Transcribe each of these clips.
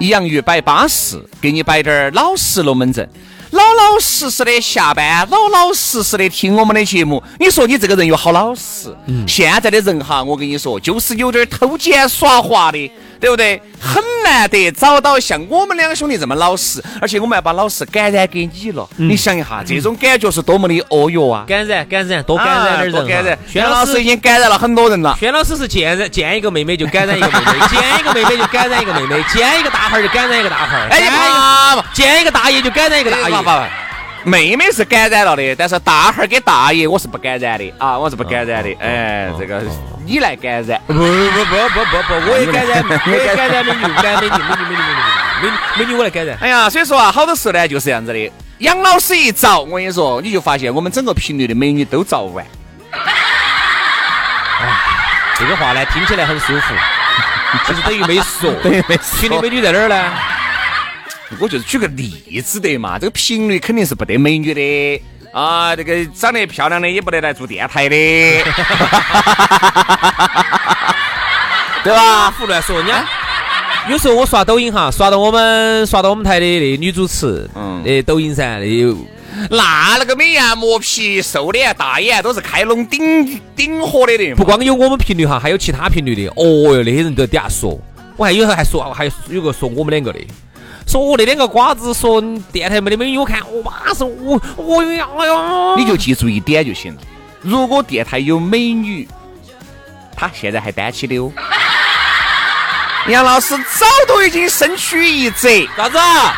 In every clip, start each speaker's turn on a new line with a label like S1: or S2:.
S1: 洋芋摆巴适，给你摆点儿老实龙门阵，老老实实的下班，老老实实的听我们的节目。你说你这个人又好老实，现在的人哈，我跟你说，就是有点儿偷奸耍滑的，对不对？很难得找到像我们两兄弟这么老实，而且我们还把老实感染给你了。你想一下，这种感觉是多么的哦哟啊！
S2: 感染感染，多感染点人、
S1: 啊多感染。
S2: 轩
S1: 杨
S2: 老
S1: 老师
S2: 师
S1: 已，经感染了很多人了。
S2: 轩老师是见人见一个妹妹就感染一个妹妹，见一个妹妹就感染一个妹妹，见一个大汉儿就感染一个大汉儿，
S1: 哎呀
S2: 见一个
S1: 妈！
S2: 见一个大爷就感染一个大
S1: 哎
S2: 爷
S1: 爸。爸妹妹是感染了的，但是大汉儿跟大爷我是不感染的啊，我是不感染
S2: 哦
S1: 的。哎，这个你来感染，
S2: 不不不不不不，我也感 染，我也感染美女，感染美女，美女美女美女美女美女，我来感染。
S1: 哎呀，所以说啊，好多时候呢就是这样子的。杨老师一遭，我跟你说，你就发现我们整个频率的美女都遭完。
S2: 这个话呢，听起来很舒服，其实 等于没说。
S1: 等于没说
S2: 群里美女在哪儿呢？
S1: 我就是举个例子得嘛，这个频率肯定是不得美女的。啊，这个长得漂亮的也不得来做电台 的，对吧？
S2: 胡乱说，人家有时候我刷抖音哈，刷到我们刷到我们台的那女主持，
S1: 嗯
S2: 呃，抖音噻，那有
S1: 那那个美颜磨皮、瘦脸、大眼都是开龙顶顶火的的嘛。
S2: 不光有我们频率哈，还有其他频率的。哦哟，那些人都在底下说，我还有时候还说，还有有个说我们两个的，说我那两个瓜子说你电台没得美女，我看我马上我我呀哎呀，
S1: 你就记住一点就行了。如果电台有美女，她现在还单起的哦。杨老师早都已经身躯一折，
S2: 啥子？啊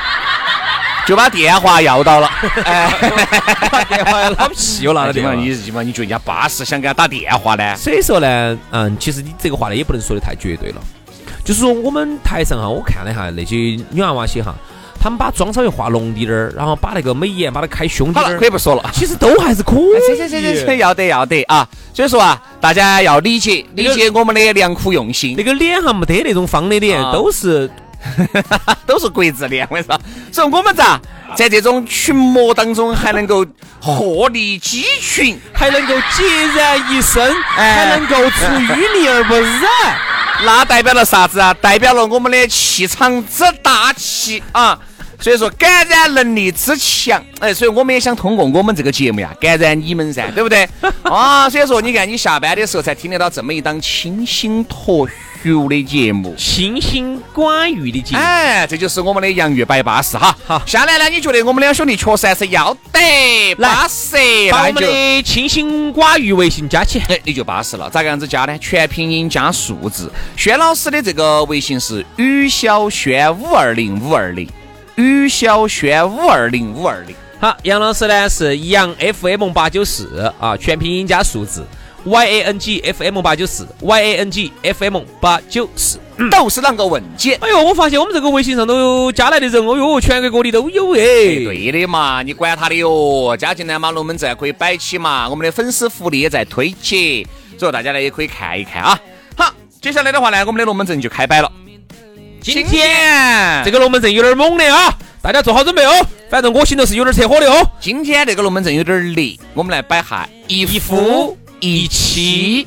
S1: 就把电话要到了。哎，
S2: 电话要老屁又拿了
S1: 基
S2: 电
S1: 本
S2: 话
S1: 上。你基本上你觉得人家巴适，想给他打电话呢？
S2: 所以说呢，嗯，其实你这个话呢也不能说的太绝对了，就是说我们台上哈，我看了一下那些女娃娃些哈，她们把妆稍微化浓滴点儿，然后把那个美颜把它开凶滴
S1: 好
S2: 点
S1: 了，
S2: 儿
S1: 可以，不说哎了。
S2: 其实都还是可以。
S1: 这这这这这要得要得啊！所以说啊，大家要理解理解我们的良苦用心
S2: 那。个脸哈没得那种方的脸，
S1: 啊
S2: 都是
S1: 都是国字脸，我跟你说。所以我们咋在这种群魔当中还能够鹤立鸡群，
S2: 还能够孑然一身，
S1: 哎
S2: 还能够处淤泥而不染。
S1: 那代表了啥子啊？代表了我们的气场之大气啊！所以说感染能力之强，哎，所以我们也想通过我们这个节目呀，感染你们噻，对不对？ 啊，所以说你看，你下班的时候才听得到这么一档清新脱俗的节目。
S2: 清心寡欲的节目，
S1: 哎，这就是我们的洋芋摆巴士哈。
S2: 好
S1: 下来呢，你觉得我们两兄弟确实还是要得巴适，啊
S2: 把
S1: 那
S2: 我
S1: 你
S2: 们
S1: 就
S2: 的清心寡欲微信加起。
S1: 哎，你就巴适了。咋个样子加呢？全拼音加数字。轩老师的这个微信是于小轩五二零五二零，于小轩五二零五二零。
S2: 好，杨老师呢是杨 FM 八九四啊，全拼音加数字 Y A N G F M 八九四 Y A N G F M 八九四。
S1: 都是啷个问姐？
S2: 哎呦，我发现我们这个微信上都有加来的人，哦哟，全国各地都有哎。对，
S1: 对的嘛，你管他的哟！加进来嘛，龙门阵可以摆起嘛，我们的粉丝福利也在推起，所以大家呢也可以看一看啊。好，接下来的话呢，我们的龙门阵就开摆了。
S2: 今天
S1: 天这
S2: 这个龙门阵有点猛的啊，大家做好准备哦。反正我心头是有点扯火的哦。
S1: 今天这个龙门阵有点累，我们来摆下一夫一妻。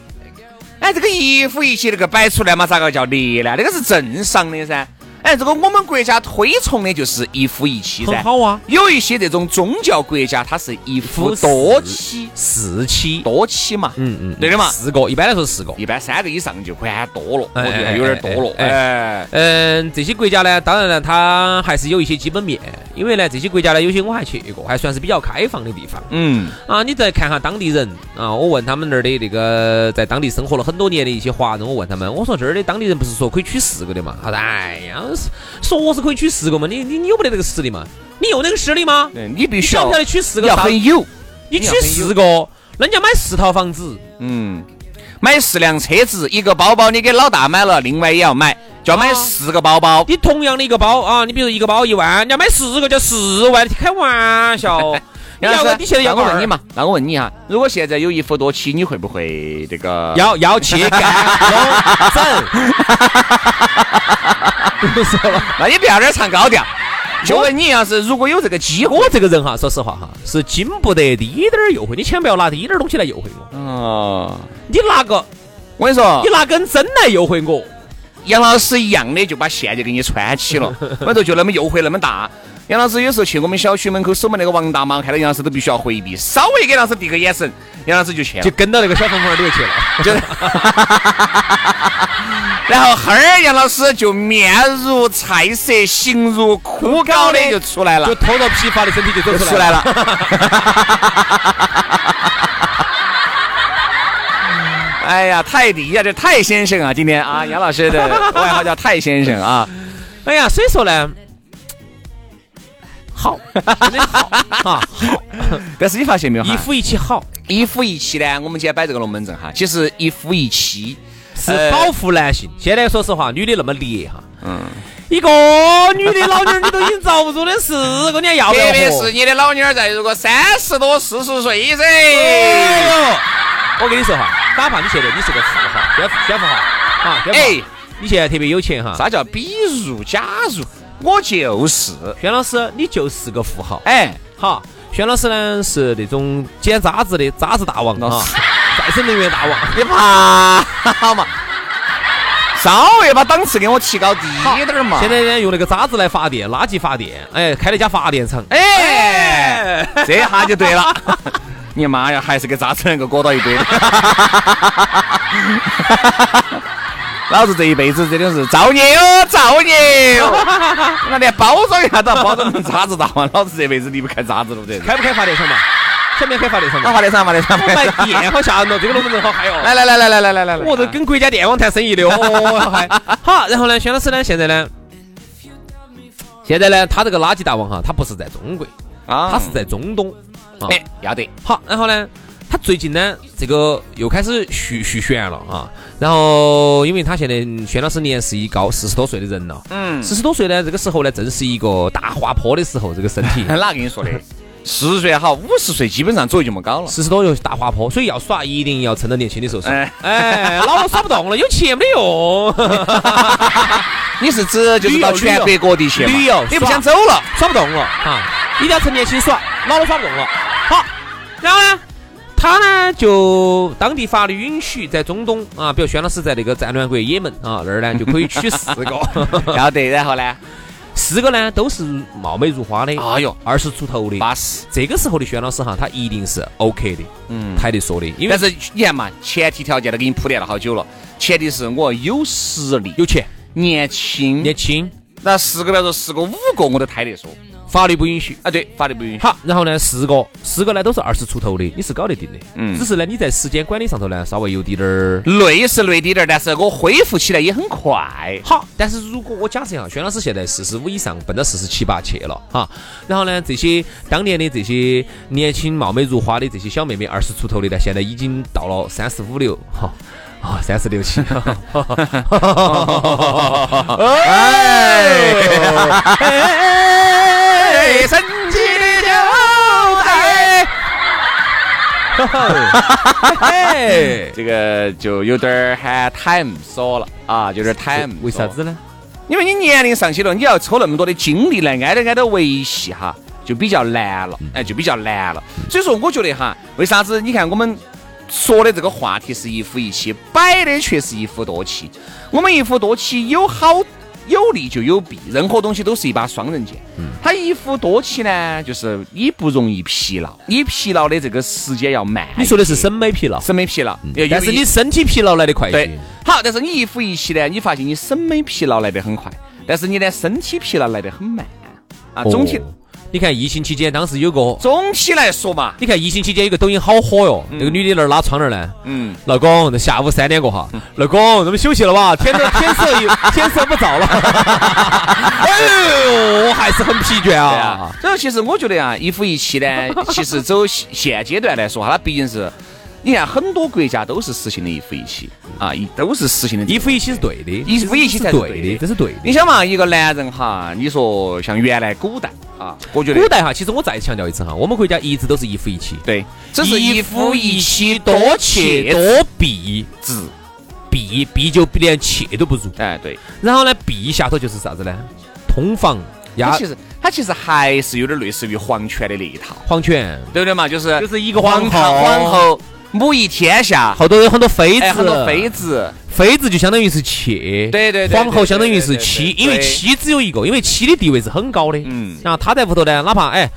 S1: 哎，这个一夫一妻这个摆出来嘛，咋个叫累呢？这个是正常的噻。哎，这个我们国家推崇的就是一夫一妻噻，
S2: 很好啊。
S1: 有一些这种宗教国家，它是一夫
S2: 夫四
S1: 多妻，
S2: 四期，
S1: 多妻嘛，
S2: 嗯嗯，
S1: 对的嘛。
S2: 四个，一般来说是四个。
S1: 一般三个以上就管多了，我
S2: 哎
S1: 觉得有点多了，
S2: 哎哎
S1: 哎，
S2: 嗯，这些国家呢，当然了，它还是有一些基本面，因为呢，这些国家呢，有些我还去过，还算是比较开放的地方。
S1: 嗯，
S2: 啊，你再看下当地人啊，我问他们那儿的那个在当地生活了很多年的一些华人，我问他们，我说这儿的当地人不是说可以娶四个的嘛？他说，哎呀，说是可以娶四个嘛，你你你有没得这个实力嘛？你有那个实力吗？
S1: 对你必
S2: 你
S1: 须
S2: 晓
S1: 要
S2: 不晓得娶四个
S1: 要
S2: 啥？
S1: 很有，
S2: 你
S1: 你要
S2: 娶
S1: 很有
S2: 四个，人家买四套房子，
S1: 嗯，买四辆车子，一个包包你给老大买了，另外也要买，就要买
S2: 啊
S1: 四个包包，
S2: 你同样的一个包啊，你比如一个包一万，人家买四个叫四万，你开玩笑。你
S1: 杨
S2: 要
S1: 老
S2: 个
S1: 师，
S2: 你现在要
S1: 那
S2: 个
S1: 我问
S2: 二
S1: 你嘛，那我问你哈，如果现在有一夫多妻，你会不会这个？
S2: 要要去干龙整，不是了。
S1: 那你不要在这儿唱高调。就问你，要是如果有这个机会，
S2: 我这个人哈，说实话哈，是经不得滴点儿诱惑。你千万不要拿滴点儿东西来诱惑我，
S1: 哦，
S2: 你拿个
S1: 我跟你说
S2: 你，拿根针来诱惑我，
S1: 杨老师一样的就把线就给你穿起 了，我都觉得那么诱惑那么大。杨老师有时候去我们小区门口守门那个王大妈，看到杨老师都必须要回避，稍微给杨老师递个眼神，杨老师就去了
S2: 就。跟到那个小缝缝儿里面去了。
S1: 然后哈儿杨老师就面如菜色，形如枯槁的就出来了
S2: 就，拖着疲乏的身体就走
S1: 就
S2: 出
S1: 出
S2: 来
S1: 来
S2: 了。
S1: 了。 哎呀，泰迪呀、这泰先生啊，今天 啊，杨老师的外号叫泰先生啊，
S2: 哎呀，所以说呢，好，真的好啊，好，
S1: 但是你发现没有哈
S2: 一夫一妻好，
S1: 一夫一妻呢，我们今天摆这个龙门阵哈，其实一夫一妻
S2: 是保护男性。现在说实话，女的那么烈哈，
S1: 哎嗯，
S2: 一个女的老妞儿你都已经遭不住的事， 我跟你要
S1: 特
S2: 不要
S1: 别
S2: 活
S1: 是你的老妞儿在如果三十多、四十岁噻，哦
S2: 哎呦，我跟你说哈，哪怕你现在你是个富豪，先先富豪啊，先富豪
S1: 哎，
S2: 你现在特别有钱哈，
S1: 啥叫比如、假如，我就是，
S2: 轩老师你就是个富豪，
S1: 哎，
S2: 好，轩老师呢是那种捡渣子的渣子大王
S1: 那
S2: 啊，再生能源大王。
S1: 你怕啊嘛？稍微把档次给我提高低点儿嘛。
S2: 现在呢，用那个渣子来发电，垃圾发电，哎，开了一家发电厂，
S1: 哎，这下就对 了。你妈呀，还是跟渣子能够裹到一堆。 老子这一辈子真的是造孽哟，造孽 哟！那连包装一下都要包装成渣子大王，老子这辈子离不开渣子了，这。
S2: 开不开发电厂嘛？想不想开发电厂
S1: 那
S2: 嘛？
S1: 发得上，发得上，
S2: 我
S1: 发得
S2: 卖
S1: 上。
S2: 电好吓人哦，这个龙门阵好嗨哦。
S1: 来来来来来来来来来，
S2: 我这跟国家电网谈生 意的，哦，好嗨。好，然后呢，轩老师呢，现在呢，现在呢，他这个垃圾大王哈，他不是在中国，
S1: 啊，
S2: 他是在中东。啊
S1: 哎，要得，
S2: 好，然后呢，他最近呢，这个又开始续续弦了啊。然后，因为他现在轩老师年事已高，四十多岁的人了。
S1: 嗯，
S2: 四十多岁呢，这个时候呢，正是一个大滑坡的时候，这个身 体
S1: 哪跟你说的？四十岁好，五十岁基本上左右就没高了。
S2: 四十多有大滑坡，所以要耍一定要趁着年轻的时候耍。
S1: 哎
S2: 哎，老了耍不动了，有 钱没得 用，
S1: 你是指就是到全国各地去嘛
S2: 旅游
S1: 你不
S2: 耍
S1: 想走了？
S2: 耍不动了啊！一定要趁年轻耍，老了耍不动了。好，然后呢，他呢就当地法律允许在中东啊，比如宣老师在那个战乱国也门啊那儿呢，就可以娶四 个，
S1: 要得，然后 呢？
S2: 四个呢都是貌美如花的，
S1: 哎呦，
S2: 二十出头的。
S1: 巴适。
S2: 这个时候的宣老师哈，他一定是 OK 的，
S1: 嗯
S2: 抬得说的，因为
S1: 但是你看嘛，前提条件都给你铺垫了好久了，前提是我有实力、
S2: 有钱、
S1: 年轻。
S2: 年轻，
S1: 那十个，比如说十个、五个，我都抬得说。
S2: 法律不允许。
S1: 啊，对，法律不允许。
S2: 好，然后呢，四个，四个呢都是二十出头的，你是搞得定的。
S1: 嗯
S2: 只是呢，你在时间管理上头呢，稍微有滴点儿。
S1: 累是累滴点儿，但是我恢复起来也很快。
S2: 好，但是如果我假设哈，轩老师现在四十五以上，奔到四十七八去了哈，然后呢，这些当年的这些年轻貌美如花的这些小妹妹，二十出头的呢，现在已经到了三十五六哈。啊，三十六七，
S1: 哎，神奇的就在。
S2: 哎，
S1: 这个就有点儿喊 time 说了啊，有点儿 time
S2: 为
S1: 说
S2: 啥
S1: 了？
S2: 子呢？
S1: 因为你年龄上去了，你要抽那么多的精力来挨着挨着维系哈，就比较难
S2: 嗯
S1: 了，哎，就比较难了。所以说，我觉得哈，为啥子？你看我们说的这个话题是一夫一妻，摆的却是一夫多妻。我们一夫多妻有好有利就有弊，任何东西都是一把双刃剑。
S2: 嗯
S1: 它一夫多妻呢，就是你不容易疲劳，你疲劳的这个时间要慢一些。
S2: 你说的是审美疲劳，
S1: 审美疲劳，要有
S2: 但是
S1: 一
S2: 你身体疲劳来的快一
S1: 对
S2: 些。，
S1: 好，但是你一夫一妻呢，你发现你审美疲劳来得很快，但是你的身体疲劳来得很慢啊。总体、
S2: 哦你看疫情期间，当时有个，
S1: 总体来说嘛，
S2: 你看疫情期间有个抖音好火哟，那个女的那儿拉窗帘呢，
S1: 嗯，
S2: 老公，那下午三点过哈，老公，咱们休息了吧？天都天色 已天色不早了，哎呦，我还是很疲倦
S1: 对
S2: 啊
S1: 啊。。所以其实我觉得啊，一夫一妻呢， 其实走现现阶段来说，它毕竟是。你看，很多国家都是实行的一夫一妻啊，一都是实行的这
S2: 一
S1: 个
S2: 夫一妻是对的，
S1: 一夫一妻才
S2: 是
S1: 是
S2: 对
S1: 对
S2: 的，
S1: 的
S2: 这是对的。
S1: 你想嘛，一个男人哈，你说像原来古代啊，我觉得
S2: 古代哈，其实我再强调一次哈，我们国家一直都是一夫一妻，
S1: 对，这是一夫一妻多
S2: 多
S1: 妾
S2: 妾多婢，
S1: 制。
S2: 婢婢就连妾都不如。
S1: 哎，对，
S2: 然后呢，婢下头就是啥子呢？通房
S1: 它
S2: 压
S1: 其实它其实还是有点类似于皇权的那一套，
S2: 皇权，
S1: 对不对嘛？就是
S2: 就是一个皇后
S1: 堂皇后母仪天下，
S2: 后头有很多妃
S1: 哎，很多
S2: 子，
S1: 妃子，
S2: 妃子就相当于是妾，
S1: 对对对
S2: 皇后相当于是
S1: 对对
S2: 妻，
S1: 对
S2: 因为妻只有一个，因为妻的地位是很高的。
S1: 嗯
S2: 然后她在屋头呢，哪怕哎，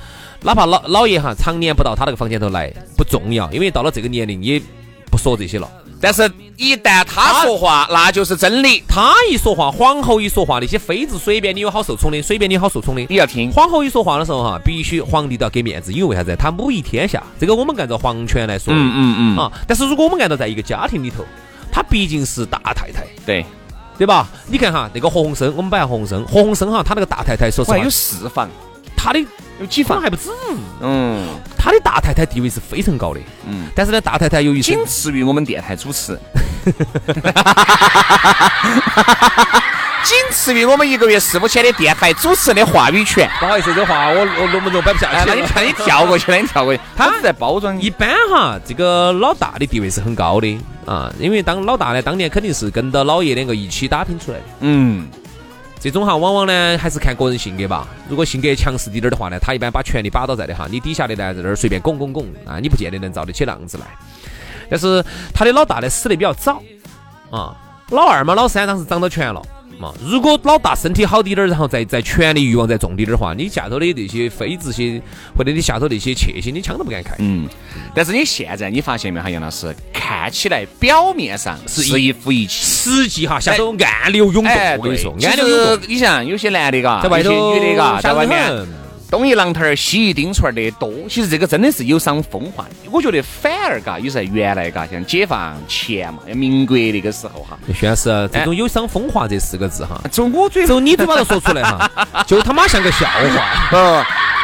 S2: 哪怕老老爷哈常年不到她那个房间头来不重要，因为到了这个年龄也不说这些了。
S1: 但是一旦他说话，那就是真理，
S2: 她一说话，皇后一说话，那些妃子随便你有好受宠的，随便你有好受宠的
S1: 你。要听。
S2: 皇后一说话的时候哈，必须皇帝都要给面子，因为为啥子？她母仪天下，这个我们按照皇权来说，
S1: 嗯嗯嗯，
S2: 啊。但是如果我们按照在一个家庭里头，她毕竟是大太太。
S1: 对，
S2: 对吧？你看哈，那个何鸿燊，我们摆下何鸿燊，何鸿燊哈，他那个大太太，说实
S1: 我
S2: 话
S1: 还，有四房，
S2: 他的
S1: 有几
S2: 可能
S1: 房？
S2: 还不止，
S1: 嗯
S2: 他的大太太地位是非常高的。
S1: 嗯，
S2: 但是呢，大太太由于
S1: 仅次于我们电台主持 人，仅次于我们一个月四五千的电台主持人的话语权。
S2: 不好意思，这话我我龙门阵摆不下
S1: 哎，
S2: 去
S1: 那
S2: 了。
S1: 你看你跳过去了，你跳过去，
S2: 啊他
S1: 他是在包装
S2: 一
S1: 你。
S2: 般哈，这个老大的地位是很高的啊，因为当老大呢，当年肯定是跟着老爷两个一起打拼出来的。
S1: 嗯，
S2: 这种哈，往往呢还是看个人性格吧。如果性格强势滴点儿的话呢，他一般把权力把到在的哈，你底下的呢在那儿随便拱拱拱啊，你不见得能遭得起浪子来。但是他的老大呢死得比较早啊，老二嘛老三当时掌到权了。嘛，如果老大身体好滴点儿，然后再再权力欲望再重滴点儿的话，你下头的那些妃子些，或者你下头那些妾些，你枪都不敢开。
S1: 但是你现在你发现没有哈，杨老师，看起来表面上
S2: 是
S1: 是一夫一妻。
S2: 实际哈，下头暗流涌动，
S1: 哎，
S2: 我跟你说，
S1: 其
S2: 暗流涌
S1: 实
S2: 动，
S1: 你像有些男的嘎，
S2: 在外头
S1: 有些女的嘎，在
S2: 吓得
S1: 外面
S2: 很
S1: 东一榔头儿西一钉锤儿的多，其实这个真的是有伤风化。我觉得反而嘎，有时候原来嘎，像解放前嘛，民国那个时候哈，
S2: 徐老师，哎这种有伤风化这四个字 哈，
S1: 从我嘴
S2: 走你嘴巴头说出来 哈，就他妈像个笑话。
S1: 嗯，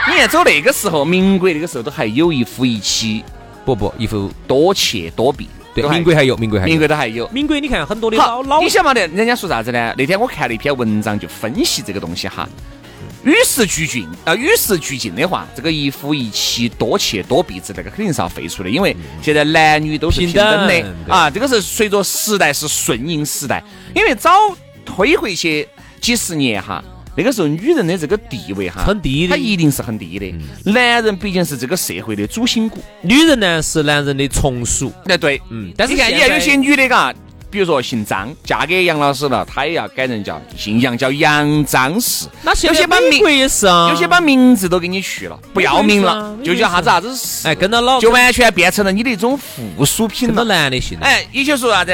S1: 你看走那个时候，民国那个时候都还有一夫一妻，
S2: 不不，一副
S1: 多妾多婢，
S2: 对
S1: 都，还
S2: 民国还有，民国还
S1: 民
S2: 有，
S1: 国都还有。
S2: 民国你看很多的
S1: 好
S2: 老，老
S1: 你，想嘛的，人家说啥子呢？那天我看了一篇文章，就分析这个东西哈。与时俱进，呃，与时俱进的话，这个一夫一妻、多妾多婢制，这个肯定是要废除的，因为现在男女都是平
S2: 嗯平
S1: 等
S2: 等
S1: 的
S2: 对
S1: 啊。这个是随着时代是顺应时代，因为早推回去几十年哈，那个时候女人的这个地位哈
S2: 很低的
S1: 她
S2: 嗯
S1: 一定是很低的。男人毕竟是这个社会的主心骨，
S2: 女人呢是男人的从属，
S1: 那对，
S2: 嗯，但是
S1: 你看，你
S2: 现
S1: 看
S2: 在
S1: 有些女的嘎，比如说姓张，嫁给杨老师了，她也要改人叫姓杨，叫杨张氏。
S2: 那现
S1: 有些
S2: 在
S1: 把
S2: 美
S1: 名
S2: 国，也是啊，
S1: 有些把名字都给你去了，不要名了，
S2: 没意思啊
S1: 就叫啥子啥子氏，
S2: 哎跟到老
S1: 就完全变成了你的一种附属品
S2: 跟到
S1: 了。
S2: 男的姓，哎，
S1: 哎，也就是说啥子？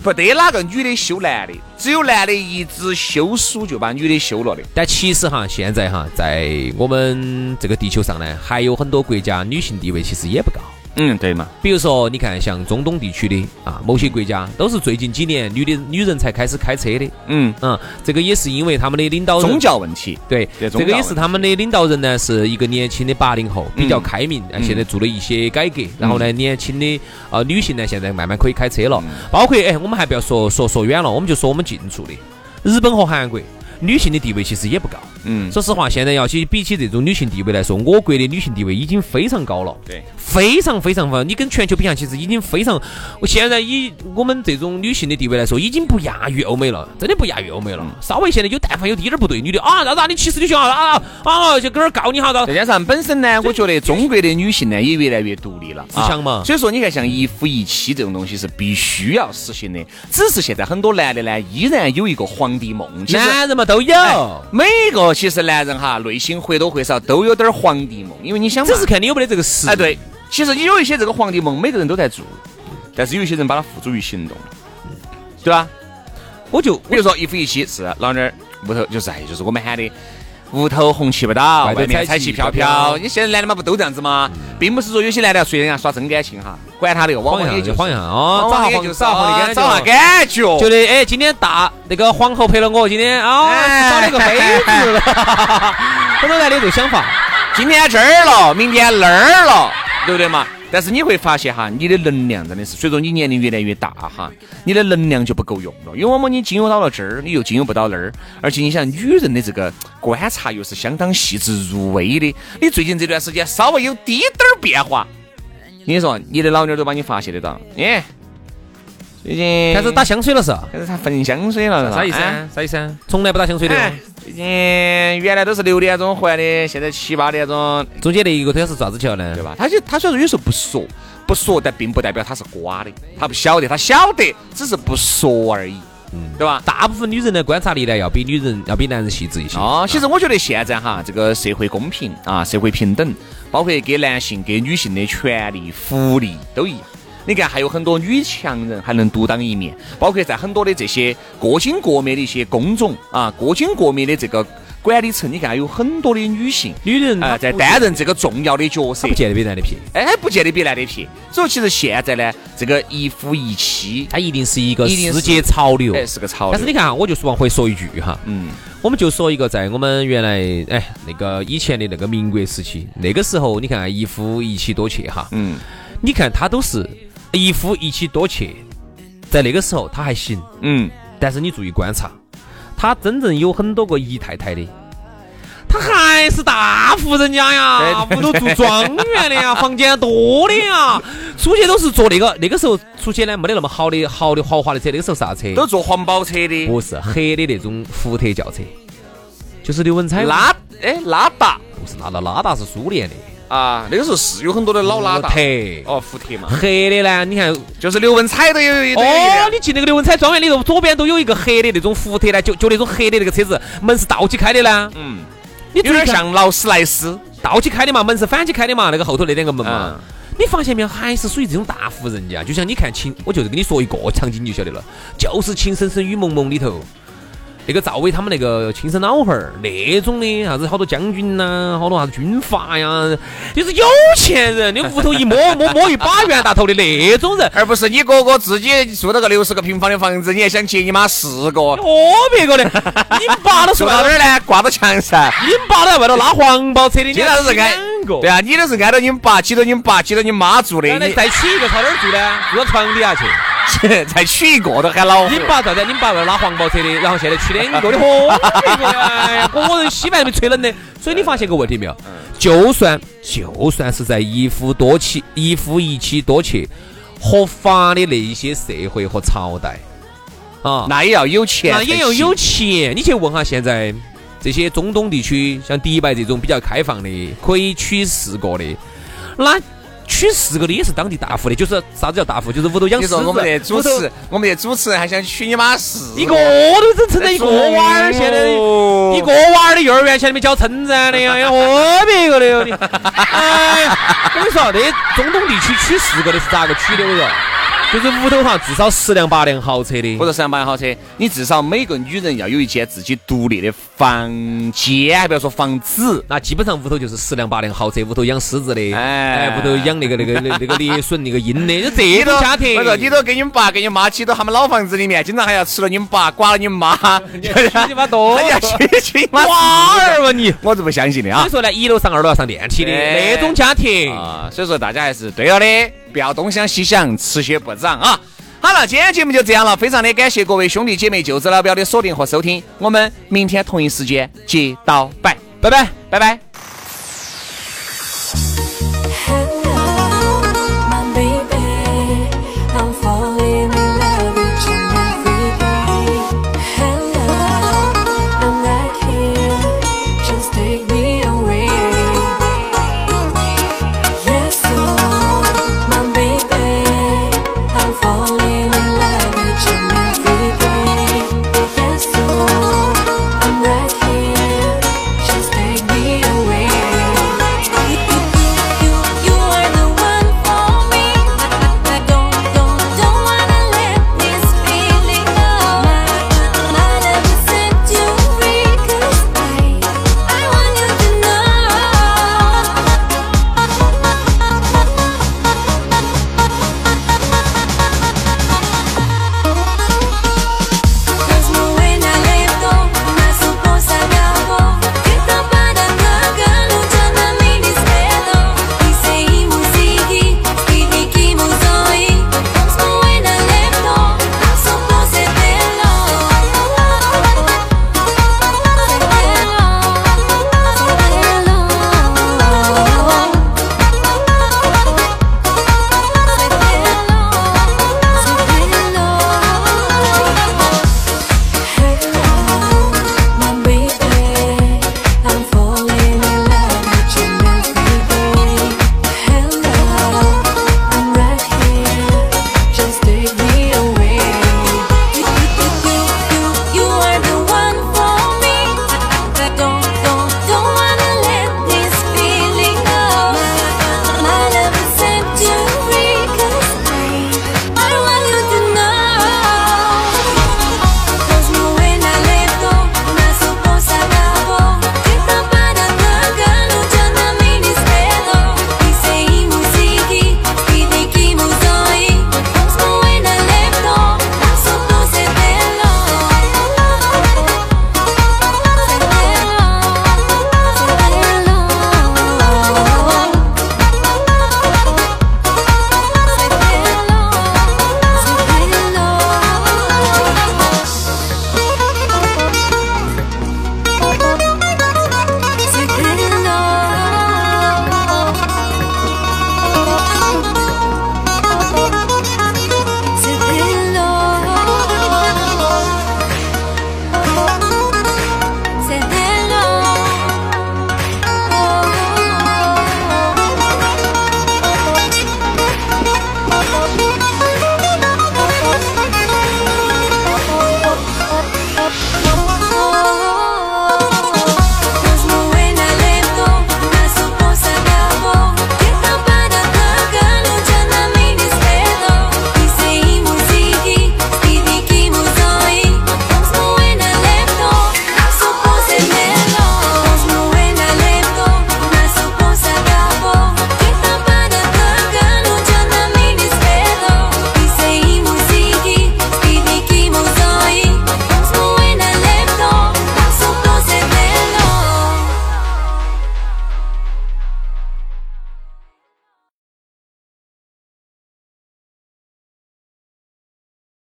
S1: 不得哪个女的修男的，只有男的一直修书就把女的修了的。
S2: 但其实哈，现在哈，在我们这个地球上呢，还有很多国家女性地位其实也不高。
S1: 嗯，对嘛。
S2: 比如说，你看像中东地区的啊，某些国家都是最近几年女的女人才开始开车的，
S1: 嗯，
S2: 嗯，这个也是因为他们的领导人
S1: 宗教问题。
S2: 对，
S1: 对
S2: 这
S1: 宗
S2: 个
S1: 教
S2: 也是他们的领导人呢，是一个年轻的八零后，比较开明，哎现在做了一些改
S1: 嗯
S2: 革。然后呢，年轻的呃女性呢，现在慢慢可以开车了。
S1: 嗯
S2: 包括哎，我们还不要说说说远了，我们就说我们近处的日本和韩国，女性的地位其实也不高。
S1: 嗯，
S2: 说实话，现在要去比起这种女性地位来说，我国的女性地位已经非常高了。
S1: 对，
S2: 非常非常高，你跟全球比下，其实已经非常。我现在以我们这种女性的地位来说，已经不亚于欧美了，真的不亚于欧美
S1: 嗯
S2: 了。稍微现在有但凡有滴点儿不对，女的啊，啥子啊，你歧视女性啊啊啊啊，就跟那儿告你哈，啥
S1: 再加上本身呢，我觉得中国的女性呢也越来越独立了，
S2: 自强嘛
S1: 啊所以说，你看像一夫一妻这种东西是必须要实行的，只是现在很多男的呢依然有一个皇帝梦。其实哎
S2: 男人嘛，都有，
S1: 每个其实男人哈，内心或多或少都有点儿皇帝梦，因为你想嘛，
S2: 只是看你有没得这个实力。
S1: 哎，对，其实有一些这个皇帝梦，每个人都在做，但是有一些人把它付诸于行动了，对吧？
S2: 我就
S1: 比如说一夫一妻是老娘儿屋头就是哎，就是我们喊的。屋头红旗不倒，
S2: 外头
S1: 外面
S2: 彩
S1: 彩
S2: 旗
S1: 旗飘
S2: 飘飘
S1: 飘。你现在男的嘛不都这样子吗？并不是说有些男的要随人家耍真感情哈，管他那个，往
S2: 晃一
S1: 往
S2: 下
S1: 也就
S2: 就是晃一下啊，
S1: 往
S2: 找
S1: 往
S2: 下
S1: 也
S2: 黄
S1: 就是
S2: 找下
S1: 啊
S2: 黄
S1: 找下
S2: 的感
S1: 感觉，
S2: 觉，觉得哎，今天大那个皇后陪了我，今天啊
S1: 哎
S2: 找了个妃子 了，很多男的有这种想法。
S1: 今天这儿了，明天那儿了，对不对嘛？但是你会发现哈，你的能量真的是随着你年龄越来越大哈，你的能量就不够用了，因为我们你经由到了这儿，你又经由不到那儿，而且你想女人的这个观察又是相当细致入微的，你最近这段时间稍微有滴点儿变化，你说你的老妞儿都把你发现得到，耶，最近
S2: 开始打香水了是吧？
S1: 开始他喷香水了，是吧
S2: 啥意思
S1: 哎
S2: 啊？啥意思啊？从来不打香水的
S1: 哎
S2: 哦，
S1: 最近原来都是六点钟回来的，现在七八点钟
S2: 中间那一个腿是做啥子桥呢
S1: 对？吧？他就他虽然说有时候不说，不说，但并不代表他是瓜的，他不晓得，他晓得，只是不说而已，
S2: 嗯
S1: 对吧？
S2: 大部分女人的观察力呢，要比女人要比男人细致一些。
S1: 哦，其实我觉得现在哈，这个社会公平啊，社会平等，包括给男性给女性的权利、福利都一样。你看，还有很多女强人还能独当一面，包括在很多的这些各经各面的一些工种啊，各经各面的这个管理层，你看有很多的女性
S2: 女人
S1: 啊、
S2: 嗯她
S1: 在
S2: 不
S1: 担任这个重要的角色
S2: 她不。见得比男的撇，
S1: 哎，不见得比男的撇。所以其实现在呢，这个一夫一妻，
S2: 她一定是一个
S1: 一定是
S2: 世界潮流。
S1: 哎，是个潮流。
S2: 但是你看啊，我就是往回说一句哈，
S1: 嗯，
S2: 我们就说一个在我们原来哎那个以前的那个民国时期，那个时候你看啊一夫一妻多妾哈，
S1: 嗯
S2: 你看他都是一夫一妻多妾，在那个时候他还行，
S1: 嗯，
S2: 但是你注意观察，他真正有很多个姨太太的。他还是大户人家呀，屋头住庄园的 呀，房间多的呀，出去都是坐那个那个时候出去呢，没得那么好的好的豪华的车，那个时候啥车？
S1: 都坐黄包车的，
S2: 不是黑的那种福特轿车，就是刘文彩
S1: 拉哎拉达
S2: 不是拉达，拉达是苏联的
S1: 啊，那个时候是有很多的老拉达
S2: 福，特。
S1: 哦，福特嘛，
S2: 黑的呢，你看，
S1: 就是刘文彩都有都有一
S2: 哦，
S1: 辆，
S2: 你进那个刘文彩庄园里头，左边都有一个黑的那种福特呢，就就那种黑的那个车子，门是倒起开的呢，
S1: 嗯，
S2: 你
S1: 有
S2: 注意
S1: 点
S2: 看
S1: 像劳斯莱斯，
S2: 倒起开的嘛，门是反起开的嘛，那个后头那两个门嘛。
S1: 嗯
S2: 你发现没有，还是属于这种大户人家。就像你看情，我就是跟你说一个场景你就晓得了，就是《情深深雨蒙蒙》里头，那个赵薇他们那个亲生老汉儿那种的，啥子好多将军呐、好多啥子军阀呀，就是有钱人，你屋头一摸摸摸一把袁大头的那种人。
S1: 而不是你哥哥自己住了个六十个平方的房子，你还想接你妈四个，
S2: 哦，别个的，你爸都
S1: 住
S2: 说
S1: 到哪儿呢？挂到墙上。
S2: 你爸都在外头拉黄包车的，你
S1: 经常
S2: 还
S1: 是挨
S2: 两个，
S1: 对啊，你都是挨到你们爸，挤到你们爸，挤到你妈住的，
S2: 然后呢
S1: 你
S2: 再娶一个朝哪儿住呢？住到床底下去。
S1: 才娶一个都喊老虎
S2: 你。爸咋的？你爸在拉黄包车的，然后现在去两个的， 嚯，哎呀，个人稀饭被吹冷的。所以你发现个问题没有？就算就算是在一夫多妻、一夫一妻多妾合法的那一些社会和朝代啊，
S1: 那也要有钱
S2: 那
S1: 才行，
S2: 也要有钱。你去问下现在这些中东地区，像迪拜这种比较开放的，可以娶四个的，那。娶四个的也是当地大户的，就是啥子叫大户，就是屋头养
S1: 你
S2: 狮子，啊
S1: 说我们的主
S2: 屋头
S1: 持，我们的主持人还想娶你妈四
S2: 一个都只撑得一个
S1: 哎
S2: 娃儿，现在一个娃儿的幼儿园现在没教称赞的呀，哎呀，何别个的哟你！哎呀，我跟你说，那中东地区娶四个的是咋个娶的？我跟你说，就是屋头哈至少十辆八辆豪车的
S1: 不。是三八好车，你至少每个女人要有一间自己独立的房间，还不要说房子。
S2: 那基本上屋头就是十辆八辆豪车，屋头养狮子的，
S1: 哎
S2: 哎，屋头养那个那个那个那个猎隼、那个鹰的，就这
S1: 你
S2: 种
S1: 都
S2: 家庭。
S1: 我说你都给你们爸、给你妈挤到他们老房子里面，经常还要吃了你们爸，管了你们妈，
S2: 娶 你 妈多
S1: 哎呀，娶娶你妈
S2: 娃
S1: 四
S2: 儿
S1: 个
S2: 嘛你！
S1: 我是不相信的
S2: 所
S1: 啊
S2: 以。说呢，一楼上二楼要上电梯的
S1: 哎
S2: 那种家庭，
S1: 啊，所以说大家还是对了的，不要东想西想，吃些不长啊。好了，今天节目就这样了，非常的感谢各位兄弟姐妹、舅子老表的锁定和收听，我们明天同一时间接到拜，拜拜，拜拜。